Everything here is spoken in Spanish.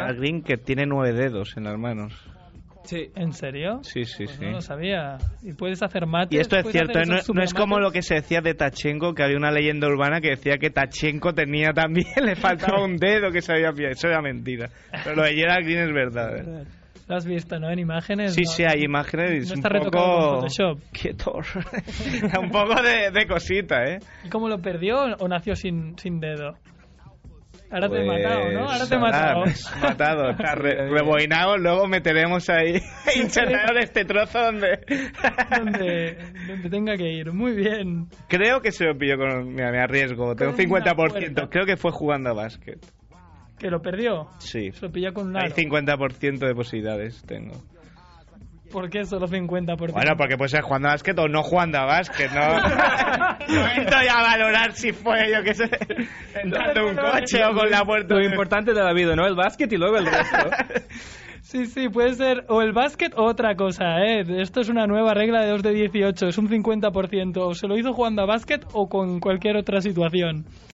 a Green que tiene nueve dedos en las manos. Sí. ¿En serio? Sí, sí, Pues sí. No lo sabía. Y puedes hacer mates. Y esto es puedes cierto, hacer ¿eh? no, esos no es como supermates. lo que se decía de Tachenko, que había una leyenda urbana que decía que Tachenko tenía también, le faltaba un dedo que se había pillado. Eso era mentira. Pero lo de Gerald Green es verdad. ¿eh? Lo has visto, ¿no? En imágenes. Sí, ¿no? sí, hay imágenes. No un está retocado con poco... Photoshop. Quieto. un poco de, de cosita, ¿eh? ¿Y cómo lo perdió o nació sin, sin dedo? Ahora te he Pues, matado, ¿no? Ahora te he ah, matado. me has matado. Ah, re- reboinado, luego meteremos ahí insertar este trozo donde... donde, donde tenga que ir. Muy bien. Creo que se lo pilló con... Mira, me arriesgo. Tengo Con una puerta. 50%. Creo que fue jugando a básquet. ¿Que lo perdió? Sí. Se lo pilla con un Hay aro. 50% de posibilidades tengo. ¿Por qué solo 50%? Bueno, porque puede ser jugando a básquet o no jugando a básquet, ¿no? no estoy a valorar si fue, yo qué sé, entrando en un coche o con la puerta. Lo importante de la vida, ¿no? El básquet y luego el resto. Sí, sí, puede ser o el básquet o otra cosa, ¿eh? Esto es una nueva regla de 2 de 18, es un 50%. O se lo hizo jugando a básquet o con cualquier otra situación.